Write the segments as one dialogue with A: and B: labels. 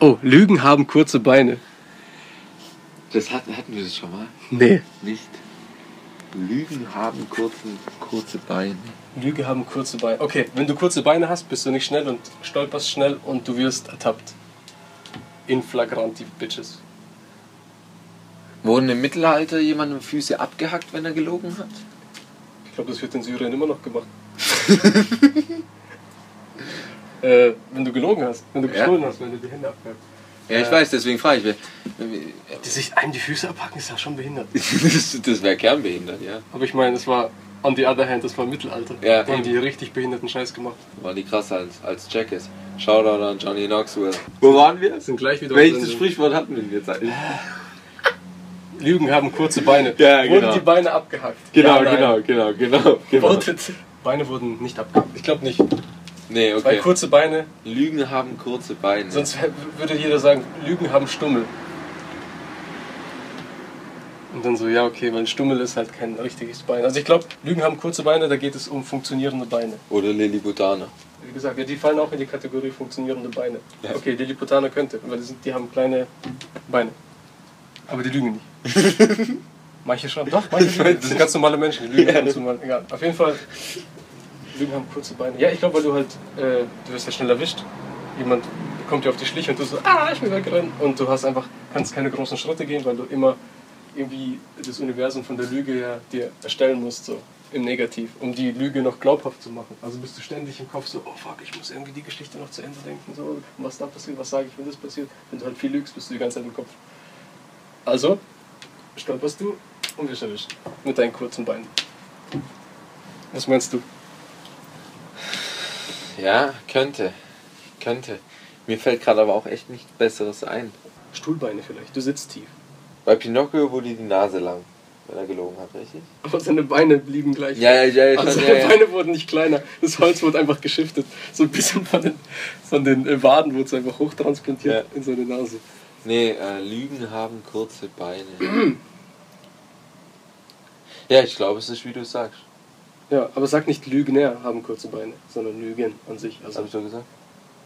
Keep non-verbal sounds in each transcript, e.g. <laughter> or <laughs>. A: Oh, Lügen haben kurze Beine.
B: Das hatten, hatten wir das schon mal?
A: Nee.
B: Nicht. Lügen haben kurzen, kurze Beine.
A: Lügen haben kurze Beine. Okay, wenn du kurze Beine hast, bist du nicht schnell und stolperst schnell und du wirst ertappt. In flagranti Bitches.
B: Wurden im Mittelalter jemandem Füße abgehackt, wenn er gelogen hat?
A: Ich glaube, das wird in Syrien immer noch <laughs> gemacht. äh, wenn du gelogen hast, wenn du
B: Ja.
A: gestohlen hast, wenn du die Hände abgehackt.
B: Ja, ich
A: Äh.
B: weiß, deswegen frage ich. wer- <laughs>
A: Die sich einem die Füße abhacken, ist ja schon behindert.
B: Das, das wäre kernbehindert, ja.
A: Aber ich meine, es war, on the other hand, das war Mittelalter.
B: Ja,
A: Da haben
B: eben.
A: die richtig behinderten Scheiß gemacht.
B: Waren die krasser als, als Jackets. Shoutout an Johnny Knoxville. Wo waren wir?
A: Sind gleich wieder auf
B: Welches
A: Sendung.
B: Sprichwort hatten wir jetzt eigentlich?
A: Lügen haben kurze Beine.
B: Ja,
A: Wurden
B: genau.
A: die Beine abgehackt? Ja,
B: Genau,
A: nein.
B: genau, genau, genau, genau.
A: Votet. Beine wurden nicht abgehackt. Ich glaube nicht.
B: Nee,
A: Weil
B: okay.
A: kurze Beine,
B: Lügen haben kurze Beine.
A: sonst wär- würde jeder sagen, Lügen haben Stummel. Und dann so, ja, okay, weil Stummel ist halt kein richtiges Bein. Also ich glaube, Lügen haben kurze Beine, da geht es um funktionierende Beine.
B: Oder Lilliputaner.
A: Wie gesagt, ja, die fallen auch in die Kategorie funktionierende Beine.
B: Ja.
A: Okay, Lilliputaner könnte, weil die, sind, die haben kleine Beine. Aber die lügen nicht. <laughs> manche schon. Doch, <laughs> manche lügen. Das sind ganz normale Menschen, die lügen ab und zu mal. Egal. Auf jeden Fall, Lügen haben kurze Beine. Ja, ich glaube, weil du halt, äh, du wirst ja schnell erwischt. Jemand kommt dir auf die Schliche und du so, ah, ich will wegrennen. Und du hast einfach, kannst keine großen Schritte gehen, weil du immer irgendwie das Universum von der Lüge her dir erstellen musst, so im Negativ, um die Lüge noch glaubhaft zu machen. Also bist du ständig im Kopf so, oh fuck, ich muss irgendwie die Geschichte noch zu Ende denken, so, was da passiert, was sage ich, wenn das passiert. Wenn du halt viel lügst, bist du die ganze Zeit im Kopf. Also, stolperst du und wirst erwischt. Mit deinen kurzen Beinen. Was meinst du?
B: Ja, könnte. Könnte. Mir fällt gerade aber auch echt nichts Besseres ein.
A: Stuhlbeine vielleicht, du sitzt tief.
B: Bei Pinocchio wurde die Nase lang, wenn er gelogen hat, richtig?
A: Aber seine Beine blieben gleich.
B: Ja, ja, ja, ja,
A: Also
B: schon,
A: seine
B: ja, ja.
A: Beine wurden nicht kleiner. Das Holz wurde einfach geschiftet. So ein bisschen von den, von den äh, Waden wurde es einfach hochtransplantiert
B: Ja.
A: in seine Nase.
B: Nee, äh, Lügen haben kurze Beine. <clears throat> ja, ich glaube, es ist wie du es sagst.
A: Ja, aber sag nicht Lügner haben kurze Beine, sondern Lügen an sich.
B: Das
A: Also,
B: habe ich doch gesagt.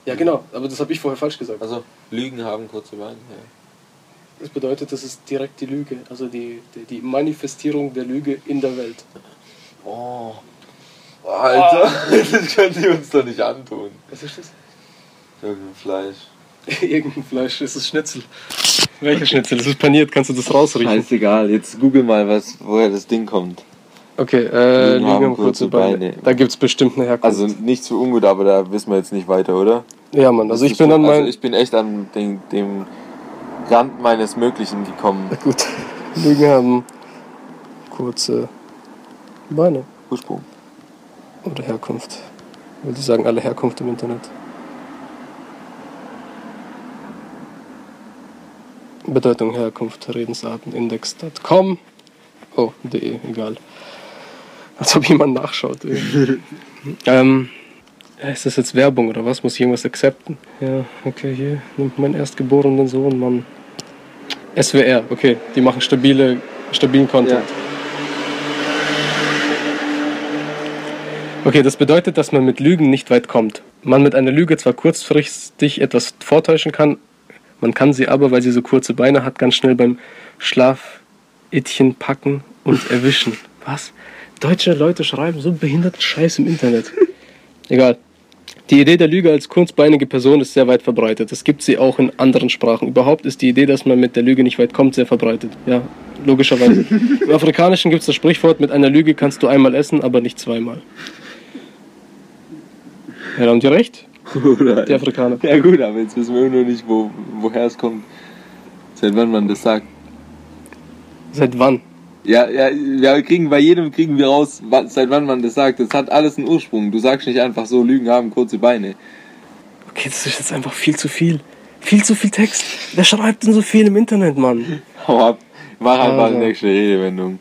A: ja, genau. Aber das habe ich vorher falsch gesagt.
B: Also, Lügen haben kurze Beine. Ja.
A: Das bedeutet, das ist direkt die Lüge. Also die, die, die Manifestierung der Lüge in der Welt.
B: Oh. Alter, <laughs> das können die uns doch nicht antun.
A: Was ist das?
B: Irgendein Fleisch.
A: <laughs> Irgendein Fleisch. Es ist Schnitzel. Welcher Schnitzel? Es ist paniert. Kannst du das rausriechen?
B: Scheißegal, jetzt google mal, was, woher das Ding kommt.
A: Okay, äh,
B: Lügen
A: Lügen
B: haben
A: haben kurze
B: kurze
A: Beine.
B: Beine.
A: Da gibt es bestimmt eine Herkunft.
B: Also nichts für ungut, aber da wissen wir jetzt nicht weiter, oder?
A: ja, Mann, also ich bin an
B: Also
A: meinem.
B: ich bin echt an den, dem Rand meines Möglichen gekommen.
A: <laughs> gut, Lügen haben kurze Beine
B: Ursprung.
A: oder Herkunft. Ich würde sagen, alle Herkunft im Internet. Bedeutung Herkunft Redensarten index.com. Oh, de, egal. Als ob jemand
B: <laughs>
A: nachschaut. ey. ähm, ist das jetzt Werbung oder was? Muss ich irgendwas accepten? Ja, okay, hier nimmt mein erstgeborenen Sohn, Mann. SWR, okay, die machen stabile, stabilen Content. Okay, das bedeutet, dass man mit Lügen nicht weit kommt. Man mit einer Lüge zwar kurzfristig etwas vortäuschen kann, man kann sie aber, weil sie so kurze Beine hat, ganz schnell beim Schlafittchen packen und erwischen. Was? Deutsche Leute schreiben so behinderten Scheiß im Internet. Egal. Die Idee der Lüge als kurzbeinige Person ist sehr weit verbreitet. Es gibt sie auch in anderen Sprachen. Überhaupt ist die Idee, dass man mit der Lüge nicht weit kommt, sehr verbreitet. Ja, logischerweise. Im Afrikanischen gibt es das Sprichwort, mit einer Lüge kannst du einmal essen, aber nicht zweimal. Ja, da haben die recht,
B: <laughs> oder?
A: die Afrikaner.
B: Ja gut, aber jetzt wissen wir nur nicht, wo, woher es kommt. Seit wann man das sagt.
A: Seit wann?
B: Ja, ja, wir kriegen bei jedem kriegen wir raus, wa- seit wann man das sagt. Das hat alles einen Ursprung. Du sagst nicht einfach so, Lügen haben kurze Beine.
A: Okay, das ist jetzt einfach viel zu viel. Viel zu viel Text. Wer schreibt denn so viel im Internet, Mann?
B: Hau ab. Mach einfach
A: Also.
B: die nächste Redewendung.